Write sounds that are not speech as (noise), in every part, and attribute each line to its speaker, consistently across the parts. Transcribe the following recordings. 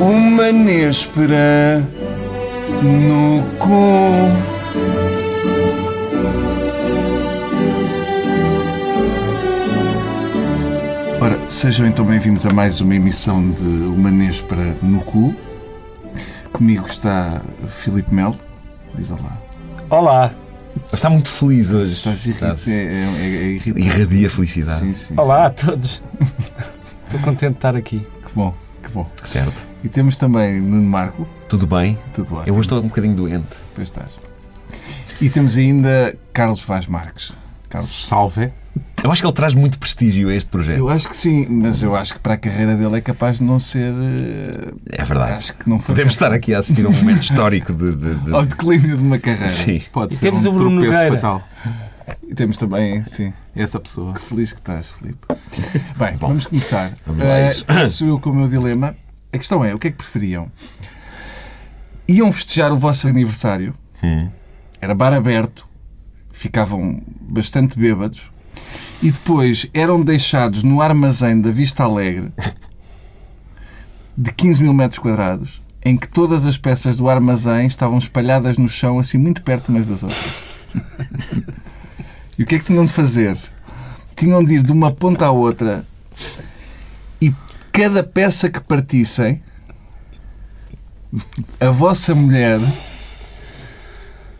Speaker 1: uma néspera no cu. Ora, sejam então bem-vindos a mais uma emissão de Uma Néspera no Cu. Comigo está Filipe Melo. Diz olá.
Speaker 2: Olá,
Speaker 3: Está muito feliz hoje.
Speaker 1: Estás irritado. É, é, é irritante.
Speaker 3: Irradia felicidade.
Speaker 1: Sim, sim,
Speaker 2: olá a todos. (laughs) Estou contente de estar aqui.
Speaker 1: sim. Que bom, que bom.
Speaker 3: Certo.
Speaker 1: E temos também Nuno Marco.
Speaker 3: Tudo bem?
Speaker 1: Tudo ótimo.
Speaker 3: Eu hoje estou um bocadinho doente.
Speaker 1: Depois estás. E temos ainda Carlos Vaz Marques. Carlos.
Speaker 4: Salve.
Speaker 3: Eu acho que ele traz muito prestígio a este projeto.
Speaker 1: Eu acho que sim, mas eu acho que para a carreira dele é capaz de não ser. eh,
Speaker 3: É verdade.
Speaker 1: Acho que não foi.
Speaker 3: Podemos estar aqui a assistir a um momento histórico de. de- de-
Speaker 1: Ao declínio de uma carreira.
Speaker 3: Sim.
Speaker 4: Pode
Speaker 2: E
Speaker 4: ser
Speaker 2: temos
Speaker 4: um
Speaker 2: o Bruno
Speaker 4: tropeço
Speaker 2: Nogueira.
Speaker 4: fatal.
Speaker 1: E temos também, sim.
Speaker 4: Essa pessoa.
Speaker 1: Que feliz que estás, Filipe. Bem, vamos começar.
Speaker 3: vamos lá a
Speaker 1: Eh,
Speaker 3: isso.
Speaker 1: Sou eu com o meu dilema. A questão é, o que é que preferiam? Iam festejar o vosso aniversário.
Speaker 3: Hum.
Speaker 1: Era bar aberto. Ficavam bastante bêbados. E depois eram deixados no armazém da Vista Alegre de 15 mil metros quadrados em que todas as peças do armazém estavam espalhadas no chão, assim, muito perto umas das outras. (laughs) e o que é que tinham de fazer? tinham de ir de uma ponta à outra e cada peça que partissem, a vossa mulher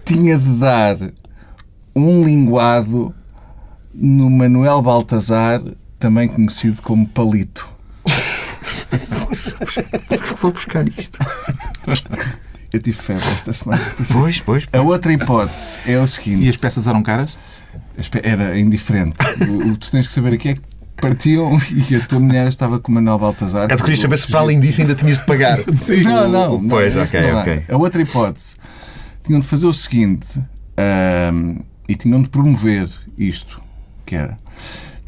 Speaker 1: tinha de dar um linguado no Manuel Baltazar, também conhecido como Palito.
Speaker 3: Vou buscar isto.
Speaker 1: Eu tive febre esta semana.
Speaker 3: Pois, pois.
Speaker 1: A outra hipótese é o seguinte:
Speaker 4: E as peças eram caras?
Speaker 1: Espe- Era indiferente. O, o que tu tens que saber aqui é que partiam (laughs) e a tua mulher estava com o Manuel Baltazar.
Speaker 3: É de queria saber se para além disso ainda tinhas de pagar.
Speaker 1: Não, não. não,
Speaker 3: Pois,
Speaker 1: isso
Speaker 3: ok,
Speaker 1: não há.
Speaker 3: ok.
Speaker 1: A outra hipótese. Tinham de fazer o seguinte. ahm, e tinham de promover isto. Que era.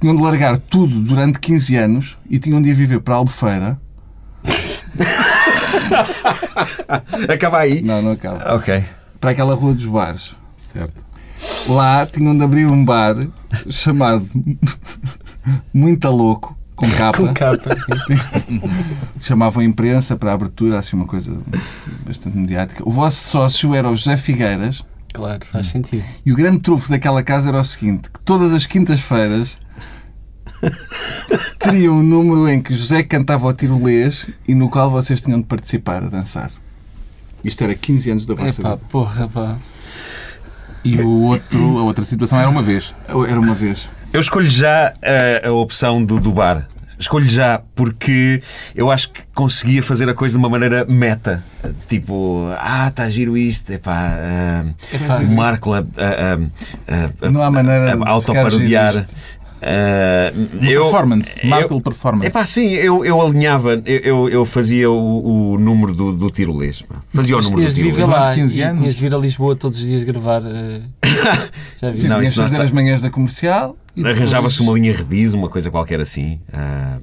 Speaker 1: Tinham de largar tudo durante 15 anos e tinham de ir viver para a Albufeira.
Speaker 3: Acaba aí.
Speaker 1: Não, não acaba.
Speaker 3: Ok.
Speaker 1: Para aquela rua dos bares.
Speaker 4: Certo.
Speaker 1: Lá tinham de abrir um bar chamado (laughs) Muita Louco, com capa.
Speaker 2: Com Um capa.
Speaker 1: chamavam a imprensa para a abertura, assim uma coisa bastante mediática. O vosso sócio era o José Figueiras
Speaker 2: Claro, faz sentido.
Speaker 1: e o grande trufo daquela casa era o seguinte, que todas as
Speaker 2: (laughs)
Speaker 1: quintas-feiras teria um número em que José cantava o tirolês e no qual vocês tinham de participar a dançar. Isto era 15 anos da vossa
Speaker 2: Epá,
Speaker 1: vida.
Speaker 2: porra, pá.
Speaker 4: E o outro, a outra situação era uma vez.
Speaker 1: Era uma vez.
Speaker 3: Eu escolho já a, a opção do, do bar. Escolho já porque eu acho que conseguia fazer a coisa de uma maneira meta. Tipo, ah, está giro isto, epá, ah, o Marco a, a, a, a-
Speaker 1: Não há maneira de
Speaker 3: a- a
Speaker 1: ficar
Speaker 3: É, autoparodiar.
Speaker 1: giro
Speaker 3: Ah, eu-
Speaker 4: performance.
Speaker 3: eu-
Speaker 4: Marco performance.
Speaker 3: Epá, sim, eu, eu alinhava, eu, eu, eu fazia o, o número do, do tirolês. pá. Fazia o número
Speaker 2: Tinhas
Speaker 3: do
Speaker 2: de viver
Speaker 3: tirolês.
Speaker 2: lá
Speaker 4: 15
Speaker 2: e
Speaker 4: anos.
Speaker 2: tinhas de vir a Lisboa todos os dias gravar. eh, Já
Speaker 1: Vocês tinham
Speaker 2: vi.
Speaker 3: Não,
Speaker 1: de
Speaker 3: isso não
Speaker 1: é fazer
Speaker 3: está-
Speaker 1: as manhãs da comercial e depois-
Speaker 3: Arranjava-se uma linha rediz, uma coisa qualquer assim. ah,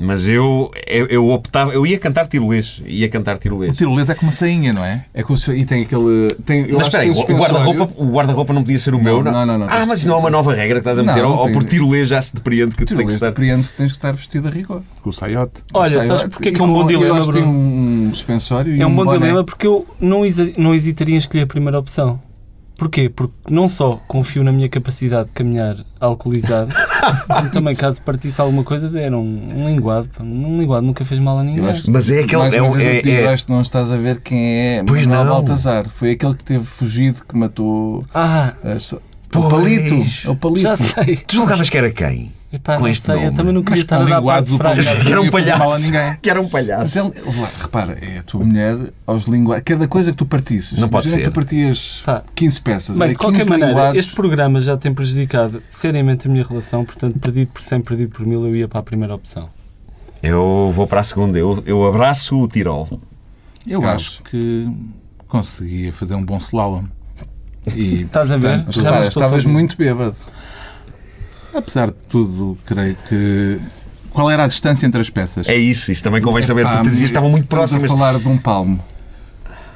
Speaker 3: mas eu, eu, eu optava, eu ia cantar tirolês. Ia cantar
Speaker 4: O
Speaker 3: tirolês.
Speaker 4: tirolês é com uma sainha, não é?
Speaker 1: É com o seu- E tem aquele... Tem, eu
Speaker 3: Mas
Speaker 1: acho que
Speaker 3: espera
Speaker 1: tem
Speaker 3: aí, o o
Speaker 1: suspensório.
Speaker 3: guarda-roupa o guarda-roupa não podia ser o meu?
Speaker 1: Não, não, não, não.
Speaker 3: Ah, mas não é uma nova regra que estás a meter.
Speaker 1: Não,
Speaker 3: ou, ou
Speaker 1: tem-
Speaker 3: por tirolês já se depreende que tu tem que
Speaker 1: Tirolês,
Speaker 3: estar.
Speaker 1: depreende que tens que estar vestido a rigor.
Speaker 4: Com o saiote.
Speaker 2: Olha,
Speaker 1: Sei
Speaker 2: sabes
Speaker 1: lá,
Speaker 2: porque é
Speaker 1: e
Speaker 2: que é um bom
Speaker 1: com- eu
Speaker 2: dilema,
Speaker 1: acho que
Speaker 2: Bruno?
Speaker 1: Tem um suspensório e
Speaker 2: É um bom
Speaker 1: boné.
Speaker 2: dilema porque eu não, hesi- não hesitaria em escolher a primeira opção. Porquê? Porque não só confio na minha capacidade de caminhar alcoolizado, como também caso partisse alguma coisa, era um, um linguado. pá. Um linguado nunca fez mal a ninguém.
Speaker 1: Eu acho que-
Speaker 3: Mas é aquele.
Speaker 1: Mais
Speaker 3: É,
Speaker 1: uma
Speaker 3: um-
Speaker 1: vez eu
Speaker 3: é,
Speaker 1: te digo,
Speaker 3: é-
Speaker 1: acho que não estás a ver quem é
Speaker 3: Pois
Speaker 1: Manuel
Speaker 3: não.
Speaker 1: Baltazar. Foi aquele que teve fugido, que matou...
Speaker 2: Ah,
Speaker 1: eh, só- O
Speaker 3: Pois.
Speaker 1: palito. É o palito.
Speaker 2: já sei.
Speaker 3: Tu julgavas que era quem?
Speaker 2: Epá,
Speaker 3: Com
Speaker 2: não
Speaker 3: este
Speaker 2: sei,
Speaker 3: nome. tá
Speaker 2: Eu também não queria
Speaker 4: Mas
Speaker 2: estar
Speaker 4: com
Speaker 2: a dar
Speaker 4: linguados
Speaker 2: parte
Speaker 4: o
Speaker 2: fraca.
Speaker 4: Paulo-
Speaker 3: Que era um
Speaker 4: ia fazer mal a
Speaker 3: palhaço.
Speaker 4: ninguém.
Speaker 3: Que era um
Speaker 1: Mas
Speaker 3: palhaço.
Speaker 1: ele, lá, repara, é a tua mulher aos linguados. Cada coisa que tu partisses.
Speaker 3: Não pode
Speaker 1: Imagina que
Speaker 3: ser.
Speaker 1: tu partias
Speaker 2: Pá.
Speaker 1: 15 peças.
Speaker 2: Tá. Bem,
Speaker 1: era
Speaker 2: de qualquer
Speaker 1: 15
Speaker 2: maneira,
Speaker 1: linguados.
Speaker 2: este programa já tem prejudicado seriamente a minha relação, portanto, perdido por 100, perdido por mil, eu ia para a primeira opção.
Speaker 3: Eu vou para a segunda. Eu, eu abraço o Tirol.
Speaker 4: Eu
Speaker 1: Carlos.
Speaker 4: acho que conseguia fazer um bom slalom. E,
Speaker 2: Estás a ver?
Speaker 4: portanto,
Speaker 1: Mas repara,
Speaker 2: não estou
Speaker 1: estavas
Speaker 2: sozinho.
Speaker 1: muito bêbado.
Speaker 3: É,
Speaker 4: apesar de tudo, creio que... Qual era a distância entre as peças?
Speaker 3: É isso, isso também convém saber.
Speaker 1: Ah,
Speaker 3: Porque tu dizias que estavam muito
Speaker 1: estamos
Speaker 3: próximas.
Speaker 1: a falar de um palmo.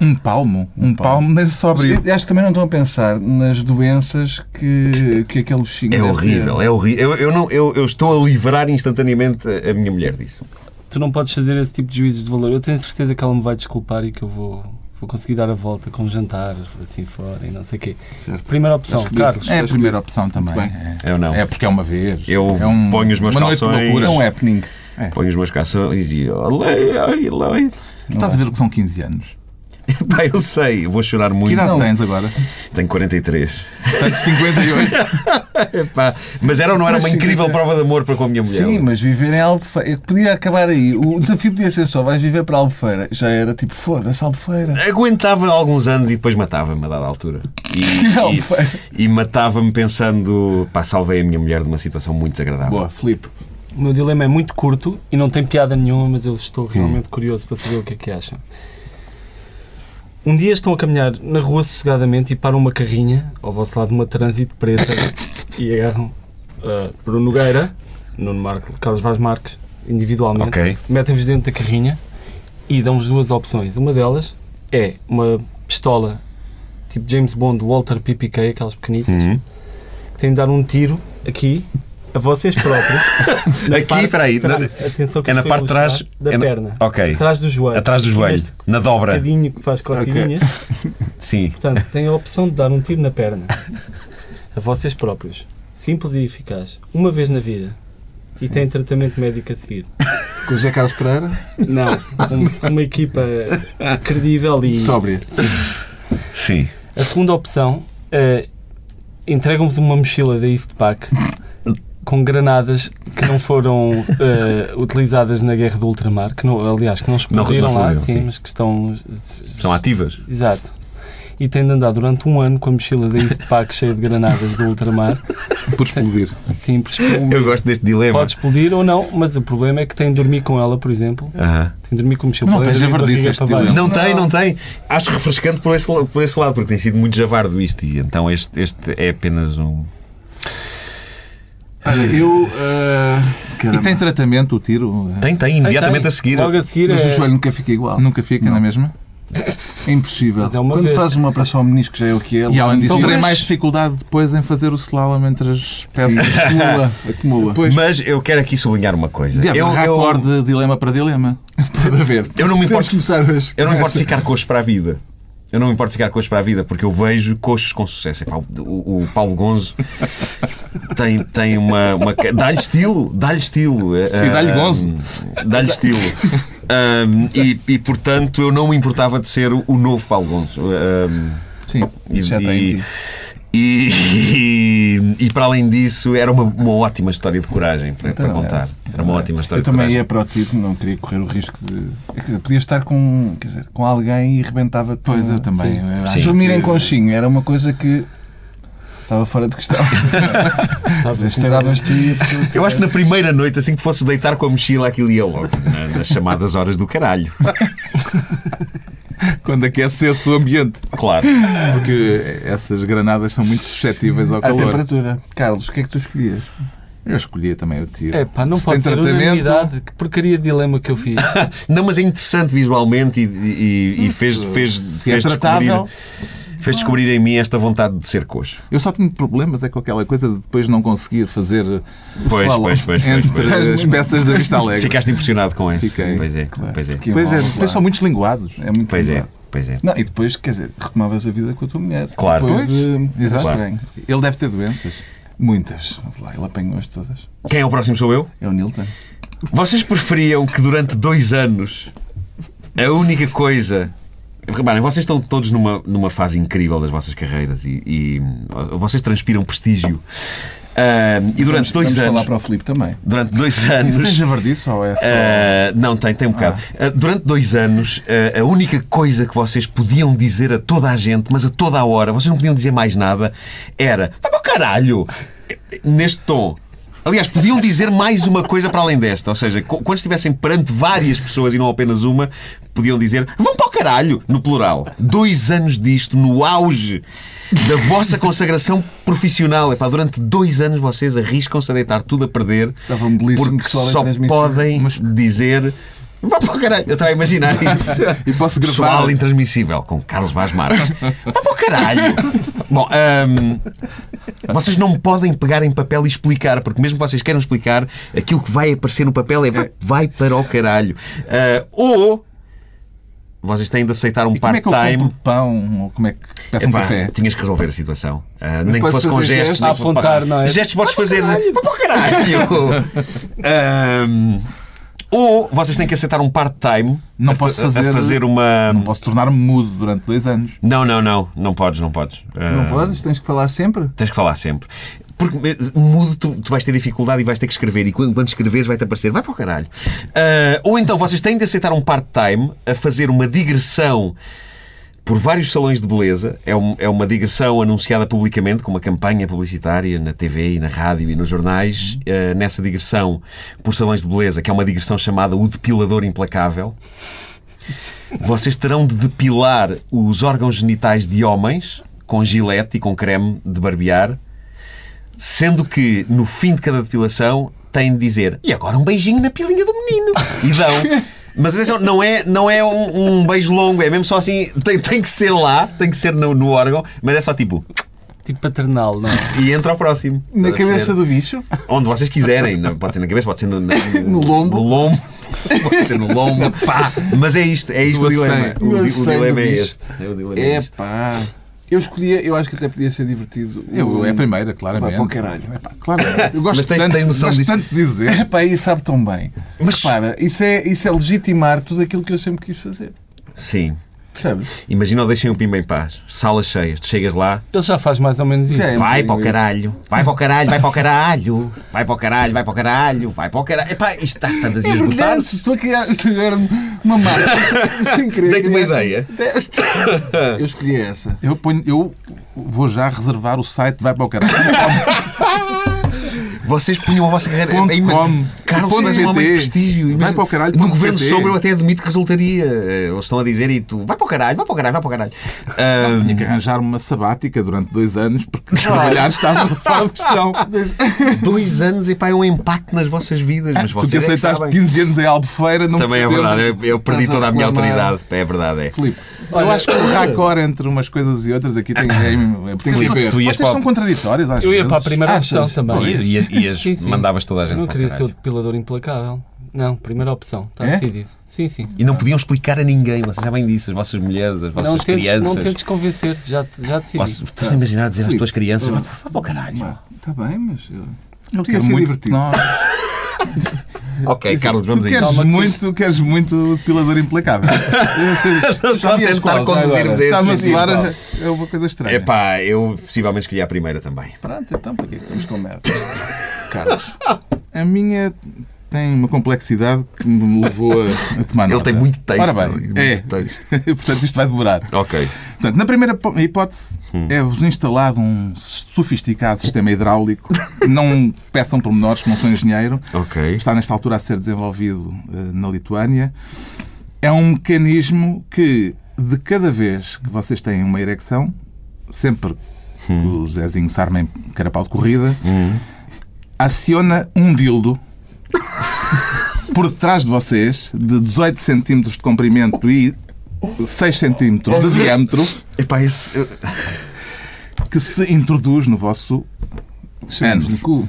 Speaker 4: Um palmo? Um palmo, mas sóbrio.
Speaker 1: Eu Acho que também não estão a pensar nas doenças que, que aquele bichinho
Speaker 3: É
Speaker 1: deve ter.
Speaker 3: horrível, é horrível. Eu, eu, não, eu, eu estou a livrar instantaneamente a a minha mulher disso.
Speaker 2: tu não podes fazer esse tipo de juízos de valor. Eu tenho certeza que ela me vai desculpar e que eu vou, vou conseguir dar a volta com jantar, assim fora e não sei o quê.
Speaker 3: é.
Speaker 1: Certo.
Speaker 2: Primeira opção,
Speaker 1: Acho que
Speaker 2: Carlos.
Speaker 1: dizes.
Speaker 4: É a primeira opção também.
Speaker 1: Muito
Speaker 4: É.
Speaker 3: Eu não.
Speaker 4: É porque é uma vez.
Speaker 3: Eu
Speaker 4: é um-
Speaker 3: ponho os meus
Speaker 4: uma noite de
Speaker 3: calções.
Speaker 4: loucura.
Speaker 1: É um happening.
Speaker 3: Ponho os meus calções e. Olé, olé, olé. (laughs)
Speaker 4: Tu Estás a ver que são 15 anos.
Speaker 3: Pá, eu sei, eu vou chorar
Speaker 4: Que
Speaker 3: muito.
Speaker 4: idade tens agora?
Speaker 3: Tenho 43.
Speaker 4: Tenho 58.
Speaker 3: Pá, Mas era ou não era
Speaker 1: Mas
Speaker 3: uma
Speaker 1: sim,
Speaker 3: incrível
Speaker 1: mas-
Speaker 3: prova de amor para com a minha mulher?
Speaker 1: Sim, mas viver em Albufeira. Eu podia acabar aí. O desafio podia ser só: vais viver para Albufeira. Já era tipo, foda-se, Albufeira.
Speaker 3: Aguentava alguns anos e depois matava-me a dada altura.
Speaker 1: Não,
Speaker 3: E,
Speaker 1: foi.
Speaker 3: e, e matava-me pensando, pá, salvei a minha mulher de uma situação muito desagradável.
Speaker 1: Boa, Filipe.
Speaker 2: O meu dilema é muito curto e não tem piada nenhuma, mas eu estou realmente curioso para saber o que é que acham. Um dia estão a caminhar na rua sossegadamente e param uma carrinha, ao vosso lado uma trânsito preta, e agarram uh, Bruno Nogueira, Nuno Marco, Carlos Vaz Marques, individualmente,
Speaker 3: Ok.
Speaker 2: metem-vos dentro da carrinha e dão-vos duas opções. Uma delas é uma pistola tipo James Bond, Walter PPK, aquelas pequenitas,
Speaker 3: Uhum.
Speaker 2: que têm de dar um tiro aqui a vocês
Speaker 3: (laughs)
Speaker 2: próprios. na
Speaker 3: Aqui,
Speaker 2: parte
Speaker 3: espera aí,
Speaker 2: de trás. atenção que
Speaker 3: é
Speaker 2: eu
Speaker 3: na
Speaker 2: estou
Speaker 3: parte
Speaker 2: a
Speaker 3: de trás-
Speaker 2: ilustrar, da
Speaker 3: é na-
Speaker 2: perna,
Speaker 3: ok.
Speaker 2: atrás do joelho,
Speaker 3: Atrás do joelho,
Speaker 2: Este
Speaker 3: na dobra.
Speaker 2: bocadinho que faz coceguinhas.
Speaker 3: Sim.
Speaker 2: Portanto, tem a opção de dar um tiro na
Speaker 3: (laughs)
Speaker 2: perna a vocês próprios, simples e eficaz, uma vez na vida. E tem tratamento médico a seguir.
Speaker 1: Com o José Carlos Pereira.
Speaker 2: Não, com uma equipa credível e
Speaker 1: Sóbria.
Speaker 3: Sim.
Speaker 2: A segunda opção é entregam-vos uma mochila da East Pack com granadas que não foram eh, utilizadas na guerra do ultramar, que não, aliás, que não explodiram
Speaker 3: não
Speaker 2: lá,
Speaker 3: explodiram,
Speaker 2: sim,
Speaker 3: sim.
Speaker 2: mas que estão.
Speaker 3: São ativas.
Speaker 2: Exato. E têm de andar durante um ano com a mochila da East Pack cheia de granadas do ultramar,
Speaker 4: Por explodir.
Speaker 2: simples,
Speaker 3: Eu gosto deste dilema.
Speaker 2: pode explodir ou não, mas o problema é que têm de dormir com ela, por exemplo.
Speaker 3: Aham.
Speaker 2: Têm de dormir com a mochila
Speaker 4: Não
Speaker 2: podem
Speaker 4: tens
Speaker 2: dormir
Speaker 4: javardice
Speaker 2: barriga
Speaker 4: este
Speaker 2: para baixo.
Speaker 4: dilema.
Speaker 3: Não, tem, não tem. Acho refrescante por esse, la- por esse lado, porque tem sido muito javardo isto. E então este, este é apenas um.
Speaker 1: Olha, eu. ah,
Speaker 4: E
Speaker 1: caramba.
Speaker 4: tem tratamento o tiro?
Speaker 3: Tem, tem,
Speaker 2: Tem,
Speaker 3: imediatamente
Speaker 2: tem.
Speaker 3: a seguir.
Speaker 2: Ah, tá Logo a seguir
Speaker 1: Mas
Speaker 2: é-
Speaker 1: o joelho nunca fica igual.
Speaker 4: Nunca fica na mesma?
Speaker 1: É impossível.
Speaker 2: Mas é uma
Speaker 1: Quando
Speaker 2: vez.
Speaker 1: fazes uma operação ao menisco, já é o que é.
Speaker 4: E
Speaker 3: Então,
Speaker 4: além disso,
Speaker 1: São
Speaker 4: terei
Speaker 1: dois.
Speaker 4: mais dificuldade depois em fazer o slalom entre as
Speaker 1: Sim,
Speaker 4: peças.
Speaker 1: Acumula, acumula.
Speaker 4: Depois,
Speaker 3: Mas eu quero aqui sublinhar uma coisa.
Speaker 4: devia
Speaker 3: Eu,
Speaker 4: haver
Speaker 3: eu,
Speaker 4: raccord de dilema para dilema.
Speaker 1: Pode haver.
Speaker 3: Eu não
Speaker 1: Podemos
Speaker 3: me importo.
Speaker 1: começar hoje.
Speaker 3: eu não me importo
Speaker 1: Essa-
Speaker 3: ficar coxo para a vida. Eu não me importo ficar coxo para a vida, porque eu vejo coxos com sucesso. Epá, o- o, o Paulo Gonzo tem, tem uma. uma ca- dá-lhe estilo, dá-lhe estilo. Eh,
Speaker 4: Sim, dá-lhe
Speaker 3: ah,
Speaker 4: gozo.
Speaker 3: Dá-lhe estilo. Ahm, e, e, portanto eu não me importava de ser o novo Paulo Gonzo. Ahm,
Speaker 1: Sim,
Speaker 3: E-
Speaker 1: já está
Speaker 3: e-
Speaker 1: em ti.
Speaker 3: E, (laughs) e, para além disso, era uma, uma ótima história de coragem para, para
Speaker 1: Então,
Speaker 3: contar. Era uma ótima história
Speaker 1: Eu
Speaker 3: de
Speaker 1: também
Speaker 3: coragem.
Speaker 1: ia para o tiro, não queria correr o risco de. é, Quer dizer, podia estar com, quer dizer, com alguém e rebentava
Speaker 4: Pois eu também. eu acho
Speaker 3: Ah, Sim.
Speaker 1: Dormir
Speaker 4: que-
Speaker 1: em conchinho era uma coisa que estava fora de (laughs) questão.
Speaker 2: Estás a
Speaker 1: Esteiravas tu e a pessoa.
Speaker 3: Eu acho que na primeira noite, assim que fosse deitar com a mochila, aquilo ia logo. na-
Speaker 1: (laughs)
Speaker 3: nas chamadas horas do caralho.
Speaker 4: Quando é aquecesse o ambiente.
Speaker 3: Claro.
Speaker 4: Porque essas granadas são muito suscetíveis ao
Speaker 1: À
Speaker 4: calor.
Speaker 1: temperatura. Carlos, o que é que tu escolhias?
Speaker 4: Eu escolhia também o tiro.
Speaker 2: É pá, não
Speaker 4: Se
Speaker 2: pode
Speaker 4: tem
Speaker 2: ser
Speaker 4: tratamento-
Speaker 2: unanimidade. Que porcaria de dilema que eu fiz.
Speaker 3: Não, mas é interessante visualmente e, e- e fez,
Speaker 1: uh,
Speaker 3: fez,
Speaker 4: Se é
Speaker 3: fez,
Speaker 4: tratável,
Speaker 3: descobrir, fez descobrir em mim esta vontade de ser coxo.
Speaker 4: eu só tenho problemas é com aquela coisa de depois não conseguir fazer
Speaker 3: Pois,
Speaker 1: slalom.
Speaker 3: pois, pois, pois,
Speaker 4: entre
Speaker 3: pois.
Speaker 4: as peças da Vista Alegre.
Speaker 3: Ficaste impressionado com isso.
Speaker 4: Fiquei,
Speaker 3: Pois é,
Speaker 1: claro.
Speaker 3: pois é.
Speaker 1: Porque
Speaker 4: Pois é,
Speaker 1: Claro.
Speaker 4: depois são muitos linguados.
Speaker 1: É muito
Speaker 3: Pois é,
Speaker 1: verdade.
Speaker 3: pois é.
Speaker 1: Não, e depois, quer dizer, retomavas a vida com a tua mulher.
Speaker 3: Claro.
Speaker 1: Depois de...
Speaker 4: Exato.
Speaker 1: Era estranho.
Speaker 4: Ele deve ter doenças.
Speaker 1: Muitas. Vamos Lá, ele apanhou-as todas.
Speaker 3: Quem é o próximo? Sou eu?
Speaker 1: É o Nilton.
Speaker 3: Vocês preferiam que durante dois anos a única coisa. Reparem, vocês estão todos numa, numa fase incrível das vossas carreiras e, e, ó, vocês transpiram prestígio. Ah, e
Speaker 1: Vamos-
Speaker 3: durante dois
Speaker 1: vamos falar
Speaker 3: anos.
Speaker 1: para o Filipe também.
Speaker 3: Durante dois anos.
Speaker 4: Isso tem javardice ou é só...
Speaker 3: ah, não, tem, tem um bocado. Ah, durante dois anos, ah, a única coisa que vocês podiam dizer a toda a gente, mas a toda a hora, vocês não podiam dizer mais nada, era vai para o caralho! Neste tom. Aliás, podiam dizer mais uma coisa para além desta. Ou seja, co- quando estivessem perante várias pessoas e não apenas uma, podiam dizer vão para o caralho, no plural. Dois anos disto, no auge da vossa consagração profissional. Epá, durante dois anos vocês arriscam-se a deitar tudo a perder
Speaker 1: Estava um belíssimo
Speaker 3: porque
Speaker 1: pessoal em
Speaker 3: só
Speaker 1: transmissão.
Speaker 3: podem dizer vá para o caralho. Eu estava a
Speaker 4: (laughs)
Speaker 3: imaginar isso.
Speaker 4: E posso gravar.
Speaker 3: Pessoal intransmissível com Carlos Vaz Marques. Vá para o caralho. Bom, ahm, hum, Vocês não me podem pegar em papel e explicar, porque mesmo que vocês queiram explicar, aquilo que vai aparecer no papel é vai, vai para o caralho. Ah, ou vocês têm de aceitar um
Speaker 4: E como é que eu
Speaker 3: part-time.
Speaker 4: compro pão? Ou como é que peço um
Speaker 3: Epá, tipo,
Speaker 4: café?
Speaker 3: Tinhas que resolver a situação. Ah, nem que
Speaker 1: podes
Speaker 3: fosse com
Speaker 1: fazer
Speaker 3: gestos.
Speaker 1: gestos?
Speaker 3: nem que fosse-
Speaker 2: Apontar, não é?
Speaker 3: Gestos podes fazer. é? Vai para o caralho! Ahm, (laughs) ou vocês têm que aceitar um part-time.
Speaker 4: Não
Speaker 3: a fa-
Speaker 4: posso
Speaker 3: a-
Speaker 4: fazer-
Speaker 3: A fazer uma.
Speaker 4: Não posso tornar-me mudo durante dois anos.
Speaker 3: Não, não, não. Não podes, não podes.
Speaker 1: Não
Speaker 3: Ah,
Speaker 1: podes? Tens que falar sempre?
Speaker 3: Tens que falar sempre. Porque eh, mudo, tu, tu vais ter dificuldade e vais ter que escrever. E quando, quando escreveres, vai-te aparecer. Vai para o caralho. Ah, ou então vocês têm de aceitar um part-time a fazer uma digressão por vários salões de beleza. É, um- é uma digressão anunciada publicamente, com uma campanha publicitária na TV e na rádio e nos jornais. Ah, nessa digressão por salões de beleza, que é uma digressão chamada O Depilador Implacável. Vocês terão de depilar os órgãos genitais de homens com gilete e com creme de barbear, sendo que no fim de cada depilação têm de dizer e agora um beijinho na pilinha
Speaker 1: (laughs)
Speaker 3: do menino. E dão. Mas atenção, não é, não é um, um beijo longo, é mesmo só assim, tem, tem que ser lá, tem que ser no, no órgão, mas é só tipo,
Speaker 2: Tipo paternal, não é?
Speaker 3: e entra ao próximo.
Speaker 1: Na
Speaker 3: Estás a
Speaker 1: cabeça
Speaker 3: perceber?
Speaker 1: do bicho?
Speaker 3: Onde vocês quiserem. Não, Pode ser na cabeça, pode ser no, na-
Speaker 1: No lombo.
Speaker 3: no lombo. Pode ser no lombo. Pá. Mas é isto, é isto
Speaker 4: No
Speaker 3: o dilema.
Speaker 4: asseio.
Speaker 3: O, di-
Speaker 1: No
Speaker 3: o
Speaker 1: asseio
Speaker 3: dilema
Speaker 1: do
Speaker 3: é
Speaker 1: bicho.
Speaker 3: este. É o dilema é
Speaker 1: É
Speaker 3: este.
Speaker 1: pá. Eu escolhia, eu acho que até podia ser divertido.
Speaker 3: Hum.
Speaker 4: Eu, é a primeira, claramente.
Speaker 1: Vai para o (laughs)
Speaker 3: É
Speaker 1: caralho.
Speaker 4: Epá, claro, eu gosto
Speaker 3: Mas tens-
Speaker 4: tanto,
Speaker 3: tens noção
Speaker 4: gosto
Speaker 3: disso?
Speaker 4: tanto de dizer.
Speaker 1: Epá, isso sabe tão bem. Mas
Speaker 3: Mas-
Speaker 1: para, isso é, isso é legitimar tudo aquilo que eu sempre quis fazer.
Speaker 3: Sim.
Speaker 1: Percebes?
Speaker 3: Imagina o deixem o Pimba em paz. Salas cheias. Tu chegas lá.
Speaker 2: Ele já faz mais ou menos isso.
Speaker 1: Já é.
Speaker 3: Vai
Speaker 1: um
Speaker 3: para o
Speaker 1: bocadinho
Speaker 3: caralho. Vai para o caralho. Vai para o caralho. Vai para o caralho. Vai para o caralho. Vai para o caralho. Epá, isto estás tantas a
Speaker 1: É brilhante,
Speaker 3: esgotar-se.
Speaker 1: estou a criar (laughs) uma
Speaker 3: (laughs)
Speaker 1: marca sem querer.
Speaker 3: Dei-te uma
Speaker 1: criaste-
Speaker 3: ideia. (laughs)
Speaker 1: Deste. Eu escolhi essa.
Speaker 4: Eu, ponho, eu vou já reservar o site, vai para o caralho.
Speaker 3: Vocês punham a vossa carreira é,
Speaker 4: Ponto
Speaker 3: em- em-
Speaker 4: com.
Speaker 3: Carlos
Speaker 4: Ponto
Speaker 3: é um homem de
Speaker 4: PT.
Speaker 3: prestígio.
Speaker 4: Vai
Speaker 3: Imagina-
Speaker 4: para o caralho,
Speaker 3: No
Speaker 4: ponto
Speaker 3: governo
Speaker 4: PT.
Speaker 3: sobre eu até admito que resultaria. Eles estão a dizer e tu vai para o caralho, vai para o caralho, vai para o caralho. Um, Ahm,
Speaker 4: Tinha que arranjar uma sabática durante dois anos, porque
Speaker 2: Ah. (laughs)
Speaker 4: trabalhar estava fora de questão.
Speaker 3: dois anos e pá, é um impacto nas vossas vidas. Mas
Speaker 4: Tu que
Speaker 3: vocês é que
Speaker 4: aceitaste
Speaker 3: sabem.
Speaker 4: 15 anos em Albufeira, não
Speaker 3: Também é
Speaker 4: percebo.
Speaker 3: verdade. Eu, eu perdi
Speaker 1: Estás a
Speaker 3: toda a minha
Speaker 1: reclamar.
Speaker 3: autoridade. É verdade, é.
Speaker 4: Filipe, eu acho que o racor entre umas coisas e
Speaker 3: (coughs)
Speaker 4: outras aqui tem, é, tem
Speaker 1: que ver.
Speaker 3: Tu ias
Speaker 4: Vocês
Speaker 3: para o-
Speaker 4: são contraditórios às
Speaker 2: Eu ia
Speaker 4: vezes.
Speaker 2: para a primeira
Speaker 1: Achas?
Speaker 2: opção também.
Speaker 3: Bom, e- e- e as-
Speaker 2: Sim, sim.
Speaker 3: mandavas toda a gente
Speaker 2: Eu não
Speaker 3: para o
Speaker 2: queria ser o
Speaker 3: caralho.
Speaker 2: depilador implacável. Não, primeira opção. Está
Speaker 1: É?
Speaker 2: decidido. Sim, sim.
Speaker 3: E não podiam explicar a ninguém, vocês já bem disso, as vossas mulheres, as vossas
Speaker 2: não, tentes, não
Speaker 3: crianças.
Speaker 2: tentes convencer, já, já decidi.
Speaker 3: Vocês- Estás a imaginar dizer às tuas crianças, vai vai para o caralho.
Speaker 1: Está bem, mas. Eu...
Speaker 3: eh,
Speaker 4: Eu
Speaker 1: Podia
Speaker 4: quero
Speaker 1: ser
Speaker 4: muito
Speaker 1: divertido.
Speaker 4: que nós-
Speaker 3: Ok, Carlos,
Speaker 4: Tu
Speaker 3: vamos a
Speaker 4: queres
Speaker 3: isso.
Speaker 2: Calma que-
Speaker 4: muito, queres muito o depilar implacável.
Speaker 3: (laughs) Só
Speaker 1: sabias
Speaker 3: tentar
Speaker 1: qual, já
Speaker 3: conduzirmos
Speaker 1: agora.
Speaker 3: a
Speaker 4: Está-me a
Speaker 3: esse
Speaker 4: soar
Speaker 3: sentido.
Speaker 4: é uma coisa estranha.
Speaker 3: Epá, eu possivelmente escolhi a primeira também.
Speaker 1: Pronto, então para que é que estamos com
Speaker 3: (laughs)
Speaker 1: merda? Carlos.
Speaker 4: A minha tem uma complexidade que me levou a, a tomar
Speaker 3: Ele
Speaker 4: nota.
Speaker 3: tem muito texto,
Speaker 4: Ora bem,
Speaker 3: muito
Speaker 4: é.
Speaker 3: texto.
Speaker 4: (laughs)
Speaker 3: Então.
Speaker 4: Portanto, isto vai demorar.
Speaker 3: Ok.
Speaker 4: Portanto, na primeira po- hipótese,
Speaker 2: Hum.
Speaker 4: é-vos instalado um sofisticado sistema hidráulico. Não peçam pormenores, que não
Speaker 3: (laughs)
Speaker 4: sou engenheiro.
Speaker 3: Ok.
Speaker 4: Está nesta altura a ser desenvolvido eh, na Lituânia. É um mecanismo que, de cada vez que vocês têm uma erecção, sempre que o Zezinho se arma em carapau de corrida, aciona um dildo por detrás de vocês, de 18 cm de comprimento e 6 cm de diâmetro,
Speaker 3: Epá, esse. eu-
Speaker 4: que se introduz no vosso ânus
Speaker 1: cu.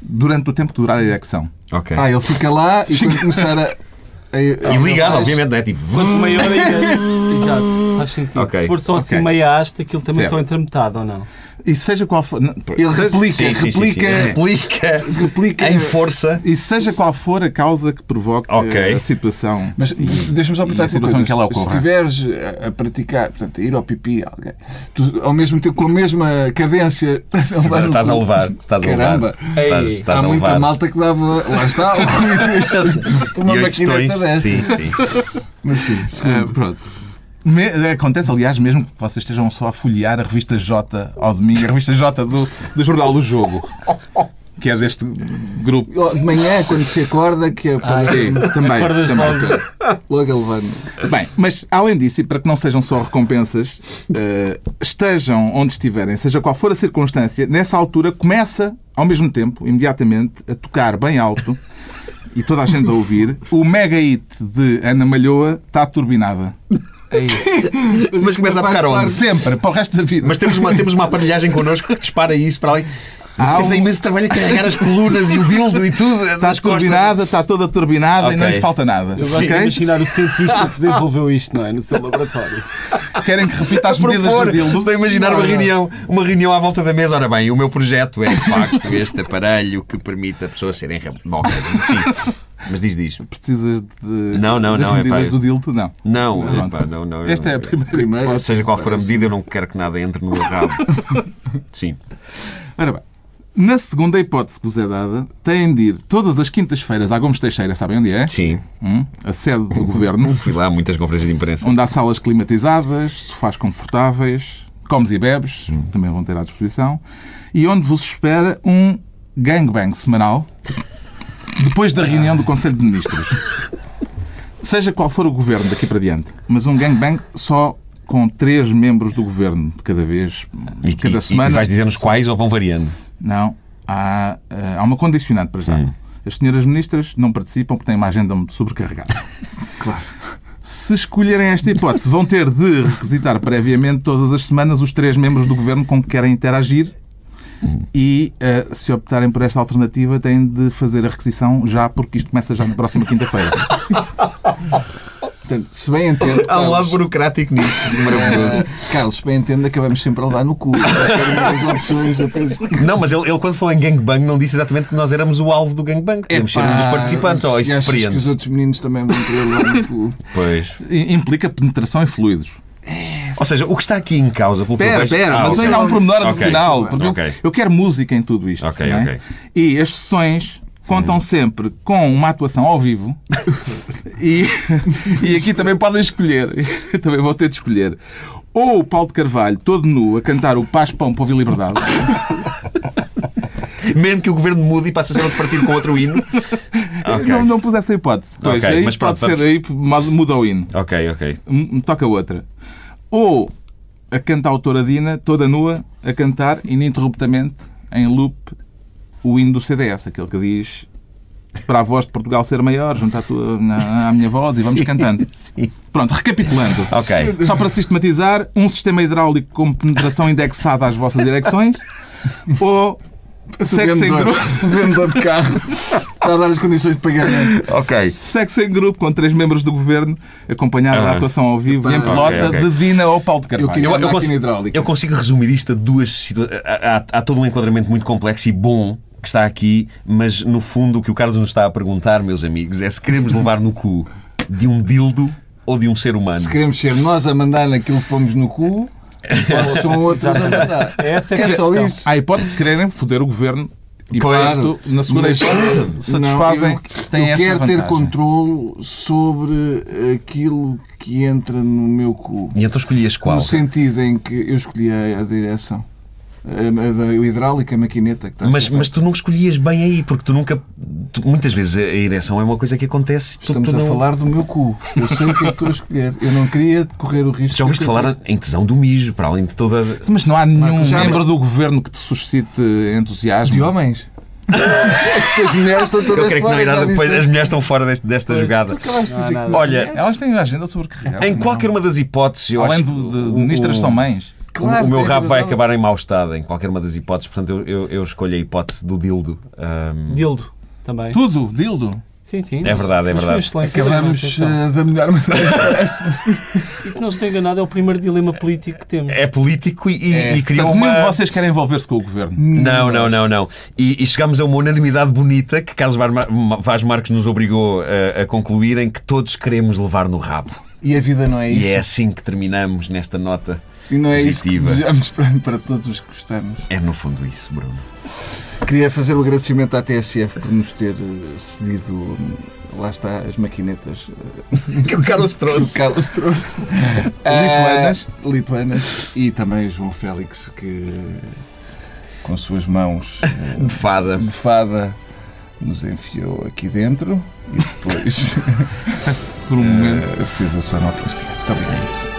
Speaker 4: durante o tempo que durar a erecção.
Speaker 3: Ok.
Speaker 1: Ah, ele fica lá e quando começar a. a- a-
Speaker 3: (laughs) E ligado,
Speaker 1: a-
Speaker 3: obviamente, não é? Tipo.
Speaker 2: Quanto maior ainda. Exato, faz sentido.
Speaker 3: Ok,
Speaker 2: Se for só assim
Speaker 4: ok.
Speaker 2: meia haste, aquilo também
Speaker 4: Certo.
Speaker 2: só entra metade ou não?
Speaker 4: E seja qual for. não,
Speaker 1: Ele
Speaker 4: seja-
Speaker 1: replica,
Speaker 3: Sim, sim, sim, sim.
Speaker 1: replica,
Speaker 3: Replica.
Speaker 1: replica.
Speaker 3: Em força.
Speaker 4: E seja qual for a causa que provoque
Speaker 3: Ok.
Speaker 4: eh, a situação.
Speaker 1: Mas deixa-me só
Speaker 4: e a
Speaker 1: perguntar-te uma
Speaker 4: situação
Speaker 1: coisa.
Speaker 4: em que ela
Speaker 1: se
Speaker 3: é.
Speaker 4: ocorra.
Speaker 1: estiveres a, a praticar, portanto, a ir ao pipi, a alguém, tu, ao mesmo tempo, com a mesma cadência, (laughs)
Speaker 3: Estás, estás a levar. Estás a levar.
Speaker 1: Caramba.
Speaker 3: Estás,
Speaker 2: Ei,
Speaker 3: estás
Speaker 1: Há
Speaker 3: a
Speaker 1: muita
Speaker 3: levar. é
Speaker 1: malta que dava. Lá
Speaker 3: (laughs)
Speaker 1: está, um o Rui
Speaker 3: E
Speaker 1: uma
Speaker 3: oito
Speaker 1: maquineta
Speaker 3: tons.
Speaker 1: dessa.
Speaker 3: Sim, Ah. sim.
Speaker 1: Mas sim, segundo.
Speaker 4: Eh, pronto. Me- acontece, aliás, mesmo que vocês estejam só a folhear a revista J ao domingo, a revista J do, do Jornal do Jogo, que é deste grupo.
Speaker 1: Ó, De manhã, quando se acorda, que
Speaker 3: Ah,
Speaker 1: é para
Speaker 4: Sim, também.
Speaker 2: Acordas
Speaker 4: também.
Speaker 2: logo.
Speaker 1: logo a levando.
Speaker 4: Bem, mas além disso, e para que não sejam só recompensas, eh, estejam onde estiverem, seja qual for a circunstância, nessa altura começa, ao mesmo tempo, imediatamente, a tocar bem alto e toda a gente a ouvir, o mega hit de Ana Malhoa está Tá turbinada.
Speaker 1: É isso.
Speaker 3: Mas,
Speaker 1: isso
Speaker 3: começa a
Speaker 1: não faz
Speaker 3: tocar
Speaker 1: parte.
Speaker 3: onde?
Speaker 4: Sempre, para o resto da vida.
Speaker 3: Mas temos uma, temos uma aparelhagem connosco que dispara isso para ali. Isso
Speaker 4: Há
Speaker 3: tem
Speaker 4: um-
Speaker 3: imenso trabalho a carregar as colunas e o bildo e tudo.
Speaker 4: Está
Speaker 3: nas costas.
Speaker 4: turbinada, está toda turbinada e não
Speaker 3: Ok.
Speaker 4: lhe falta nada.
Speaker 2: Eu gosto
Speaker 4: Ok?
Speaker 2: de imaginar o cientista que desenvolveu isto, não é? No seu laboratório.
Speaker 4: Querem que repita as medidas do
Speaker 3: propor,
Speaker 4: dildo?
Speaker 3: estou a imaginar uma reunião, uma reunião à volta da mesa. Ora bem, o meu projeto é de facto este aparelho que permite a pessoa serem rab- Bom, ok, sim. Mas diz, diz.
Speaker 4: Precisas de.
Speaker 3: Não, não,
Speaker 4: das
Speaker 3: não, é
Speaker 4: medidas
Speaker 3: pá,
Speaker 4: do dildo? Não.
Speaker 3: Não,
Speaker 4: Pronto.
Speaker 3: epá, não, não.
Speaker 4: Esta é a primeira.
Speaker 1: Primeiro,
Speaker 3: Seja qual for a medida, eu não quero que nada entre no (laughs) rabo. Sim.
Speaker 4: Ora bem. Na segunda hipótese que vos é dada, têm de ir todas as quintas-feiras à Gomes Teixeira, sabem onde é?
Speaker 3: Sim.
Speaker 4: Hum? A sede do governo,
Speaker 3: Fui lá a muitas conferências de imprensa.
Speaker 1: Um
Speaker 4: onde há salas climatizadas, sofás confortáveis, comes e bebes,
Speaker 3: Hum.
Speaker 4: também vão ter à disposição, e onde vos espera um gangbang semanal depois da reunião do Conselho de Ministros. Seja qual for o governo daqui para diante, mas um gangbang só com três membros do governo de cada vez,
Speaker 3: E,
Speaker 4: cada
Speaker 3: e-
Speaker 4: semana.
Speaker 3: e vais dizer-nos quais ou vão variando?
Speaker 4: Não. Há, eh, há uma condicionante para já. As senhoras ministras não participam porque têm uma agenda (laughs) sobrecarregada.
Speaker 1: Claro.
Speaker 4: Se escolherem esta hipótese, vão ter de requisitar previamente todas as semanas os três membros do governo com que querem interagir. E eh, se optarem por esta alternativa, têm de fazer a requisição já, porque isto começa já na próxima quinta-feira.
Speaker 1: Portanto, se bem entendo.
Speaker 3: (laughs) Há um lado
Speaker 1: Carlos,
Speaker 3: burocrático nisto. Maravilhoso.
Speaker 1: eh, Carlos, se bem entendo, acabamos sempre a levar no cu. As opções apenas.
Speaker 3: (laughs) Não, mas ele, ele quando falou em gangbang não disse exatamente que nós éramos o alvo do gangbang.
Speaker 4: é
Speaker 3: Podemos ser um dos
Speaker 1: Epá,
Speaker 3: participantes. Oh, isso
Speaker 1: se achas que os
Speaker 3: depreende.
Speaker 1: outros meninos também vão querer levar no
Speaker 3: (laughs)
Speaker 1: cu.
Speaker 3: Pois.
Speaker 4: (laughs) I- Implica penetração em fluidos.
Speaker 1: É
Speaker 3: Ou seja, o que está aqui em causa pelo que eu
Speaker 4: Pera,
Speaker 3: vejo-
Speaker 4: pera,
Speaker 3: Ah,
Speaker 4: mas
Speaker 3: ok.
Speaker 4: ainda há um pormenor
Speaker 3: Ok.
Speaker 4: adicional. porque eu-
Speaker 3: Ok.
Speaker 4: Eu quero música em tudo isto.
Speaker 3: Ok,
Speaker 4: não é?
Speaker 3: ok. Uhum.
Speaker 4: E as sessões contam sempre com uma atuação ao
Speaker 3: (laughs)
Speaker 4: vivo. e, e aqui também podem escolher. (laughs) também vou ter de escolher. Ou o Paulo de Carvalho, todo nu, a cantar o Paz, Pão, Povo e Liberdade.
Speaker 3: Mesmo que o governo mude e passe a ser outro partido com outro (laughs) hino. Ok.
Speaker 4: Não, não pus essa hipótese. Pois,
Speaker 3: Ok,
Speaker 4: aí
Speaker 3: mas
Speaker 4: pode
Speaker 3: pronto,
Speaker 4: ser, aí muda o hino.
Speaker 3: Ok, ok.
Speaker 4: M- Um, Toca outra. Ou a cantautora Dina, toda nua, a cantar ininterruptamente, em loop, o hino do CDS, aquele que diz para a voz de Portugal ser maior, junta a tua, na- à minha voz e vamos cantando.
Speaker 3: Sim.
Speaker 4: Pronto, recapitulando.
Speaker 3: Ok.
Speaker 4: Só para sistematizar, um sistema hidráulico com penetração indexada às
Speaker 3: (laughs)
Speaker 4: vossas direções ou sexo em,
Speaker 1: vendedor,
Speaker 4: grupo,
Speaker 1: é o (laughs) vendedor de carro está a dar as condições de é? pagamento.
Speaker 3: Ok.
Speaker 4: sexo em grupo com três membros do governo acompanhada
Speaker 3: Ah.
Speaker 4: da atuação ao vivo e em
Speaker 1: Ok,
Speaker 4: pelota
Speaker 3: ok.
Speaker 4: de Dina ou Paulo de Carvalho.
Speaker 1: Eu queria
Speaker 3: Eu-
Speaker 1: uma
Speaker 3: eu
Speaker 1: máquina
Speaker 3: consigo-
Speaker 1: hidráulica.
Speaker 3: Eu consigo resumir isto a duas situações. Há, há todo um enquadramento muito complexo e bom que está aqui, mas no fundo o que o Carlos nos está a perguntar, meus amigos, é se queremos levar no cu de um dildo ou de um ser humano.
Speaker 1: Se queremos ser nós a mandar naquilo que pomos no cu, ou são outros a mandar.
Speaker 2: Essa é a
Speaker 1: É só
Speaker 2: questão.
Speaker 1: isso.
Speaker 4: Há hipótese de quererem foder o governo e,
Speaker 1: Claro,
Speaker 4: portanto, na segunda
Speaker 1: mas-
Speaker 4: hipótese, satisfazem.
Speaker 1: Não, eu- eu
Speaker 4: têm essa
Speaker 1: quero ter
Speaker 4: vantagem.
Speaker 1: controle sobre aquilo que entra no meu cu.
Speaker 3: E então escolhias qual?
Speaker 1: No sentido em que eu escolhi a, a direção. A, a da- o hidráulico, a maquineta que tá está a
Speaker 3: Mas,
Speaker 1: ser
Speaker 3: mas tu não escolhias bem aí, porque tu nunca. tu- muitas vezes a a ereção é uma coisa que acontece. Tu,
Speaker 1: Estamos
Speaker 3: tu
Speaker 1: a
Speaker 3: não-
Speaker 1: falar do meu cu. Eu sei o que é que estou a escolher. Eu não queria correr o risco.
Speaker 3: Já ouviste
Speaker 1: de ter-
Speaker 3: falar em tesão do mijo, para além de toda.
Speaker 4: Mas não há nenhum
Speaker 1: Marco, já-
Speaker 4: membro do governo que te suscite entusiasmo.
Speaker 1: de
Speaker 3: (laughs)
Speaker 1: homens? Porque as mulheres estão todas
Speaker 3: Eu creio que não
Speaker 1: fora, já
Speaker 3: irá
Speaker 1: disse
Speaker 3: depois.
Speaker 1: eu.
Speaker 3: As mulheres estão fora deste- desta jogada.
Speaker 1: Tu acabaste de dizer
Speaker 2: Não há
Speaker 1: que- é
Speaker 2: nada.
Speaker 3: Olha,
Speaker 4: Elas têm a agenda sobrecarregada.
Speaker 3: em
Speaker 4: não.
Speaker 3: qualquer um. uma das hipóteses, eu
Speaker 4: Além
Speaker 3: acho
Speaker 4: do, de
Speaker 3: o-
Speaker 4: ministras
Speaker 3: o-
Speaker 4: são mães.
Speaker 1: Claro,
Speaker 3: o meu
Speaker 1: tem
Speaker 3: rabo vai
Speaker 1: razão.
Speaker 3: acabar em mau estado, em qualquer uma das hipóteses. Portanto, eu, eu, eu escolho a hipótese do dildo. Ahm,
Speaker 2: Dildo também.
Speaker 4: Tudo, dildo.
Speaker 2: Sim, sim.
Speaker 3: É verdade, é
Speaker 2: Mas foi
Speaker 3: verdade.
Speaker 2: excelente.
Speaker 1: Acabamos
Speaker 2: Atenção.
Speaker 1: eh, da melhor maneira. parece-me.
Speaker 2: E se não estou enganado, é o primeiro dilema político que temos.
Speaker 3: É político e, e, e cria
Speaker 4: Portanto, nenhum de
Speaker 3: uma.
Speaker 4: vocês querem envolver-se com o governo.
Speaker 3: Não, não, não, não. E, e chegámos a uma unanimidade bonita que Carlos Var- Ma- Vaz Marques nos obrigou a, a concluir em que todos queremos levar no rabo.
Speaker 1: E a vida não é isso.
Speaker 3: E é assim que terminamos nesta nota.
Speaker 1: E não é isso que
Speaker 3: Positiva.
Speaker 1: desejamos (laughs) para, para todos os que gostamos.
Speaker 3: É no fundo isso, Bruno.
Speaker 1: Queria fazer o agradecimento à TSF por nos ter eh, cedido, hum, lá está, as maquinetas eh,
Speaker 3: Que o Carlos
Speaker 1: que o
Speaker 3: trouxe.
Speaker 1: Carlos trouxe.
Speaker 4: Lituanas.
Speaker 1: Ah, lituanas. E também João Félix, que com suas mãos eh,
Speaker 3: De fada.
Speaker 1: de fada nos enfiou aqui dentro e depois
Speaker 4: Por um momento.
Speaker 1: eh, fez a sonoplastia. Muito obrigado.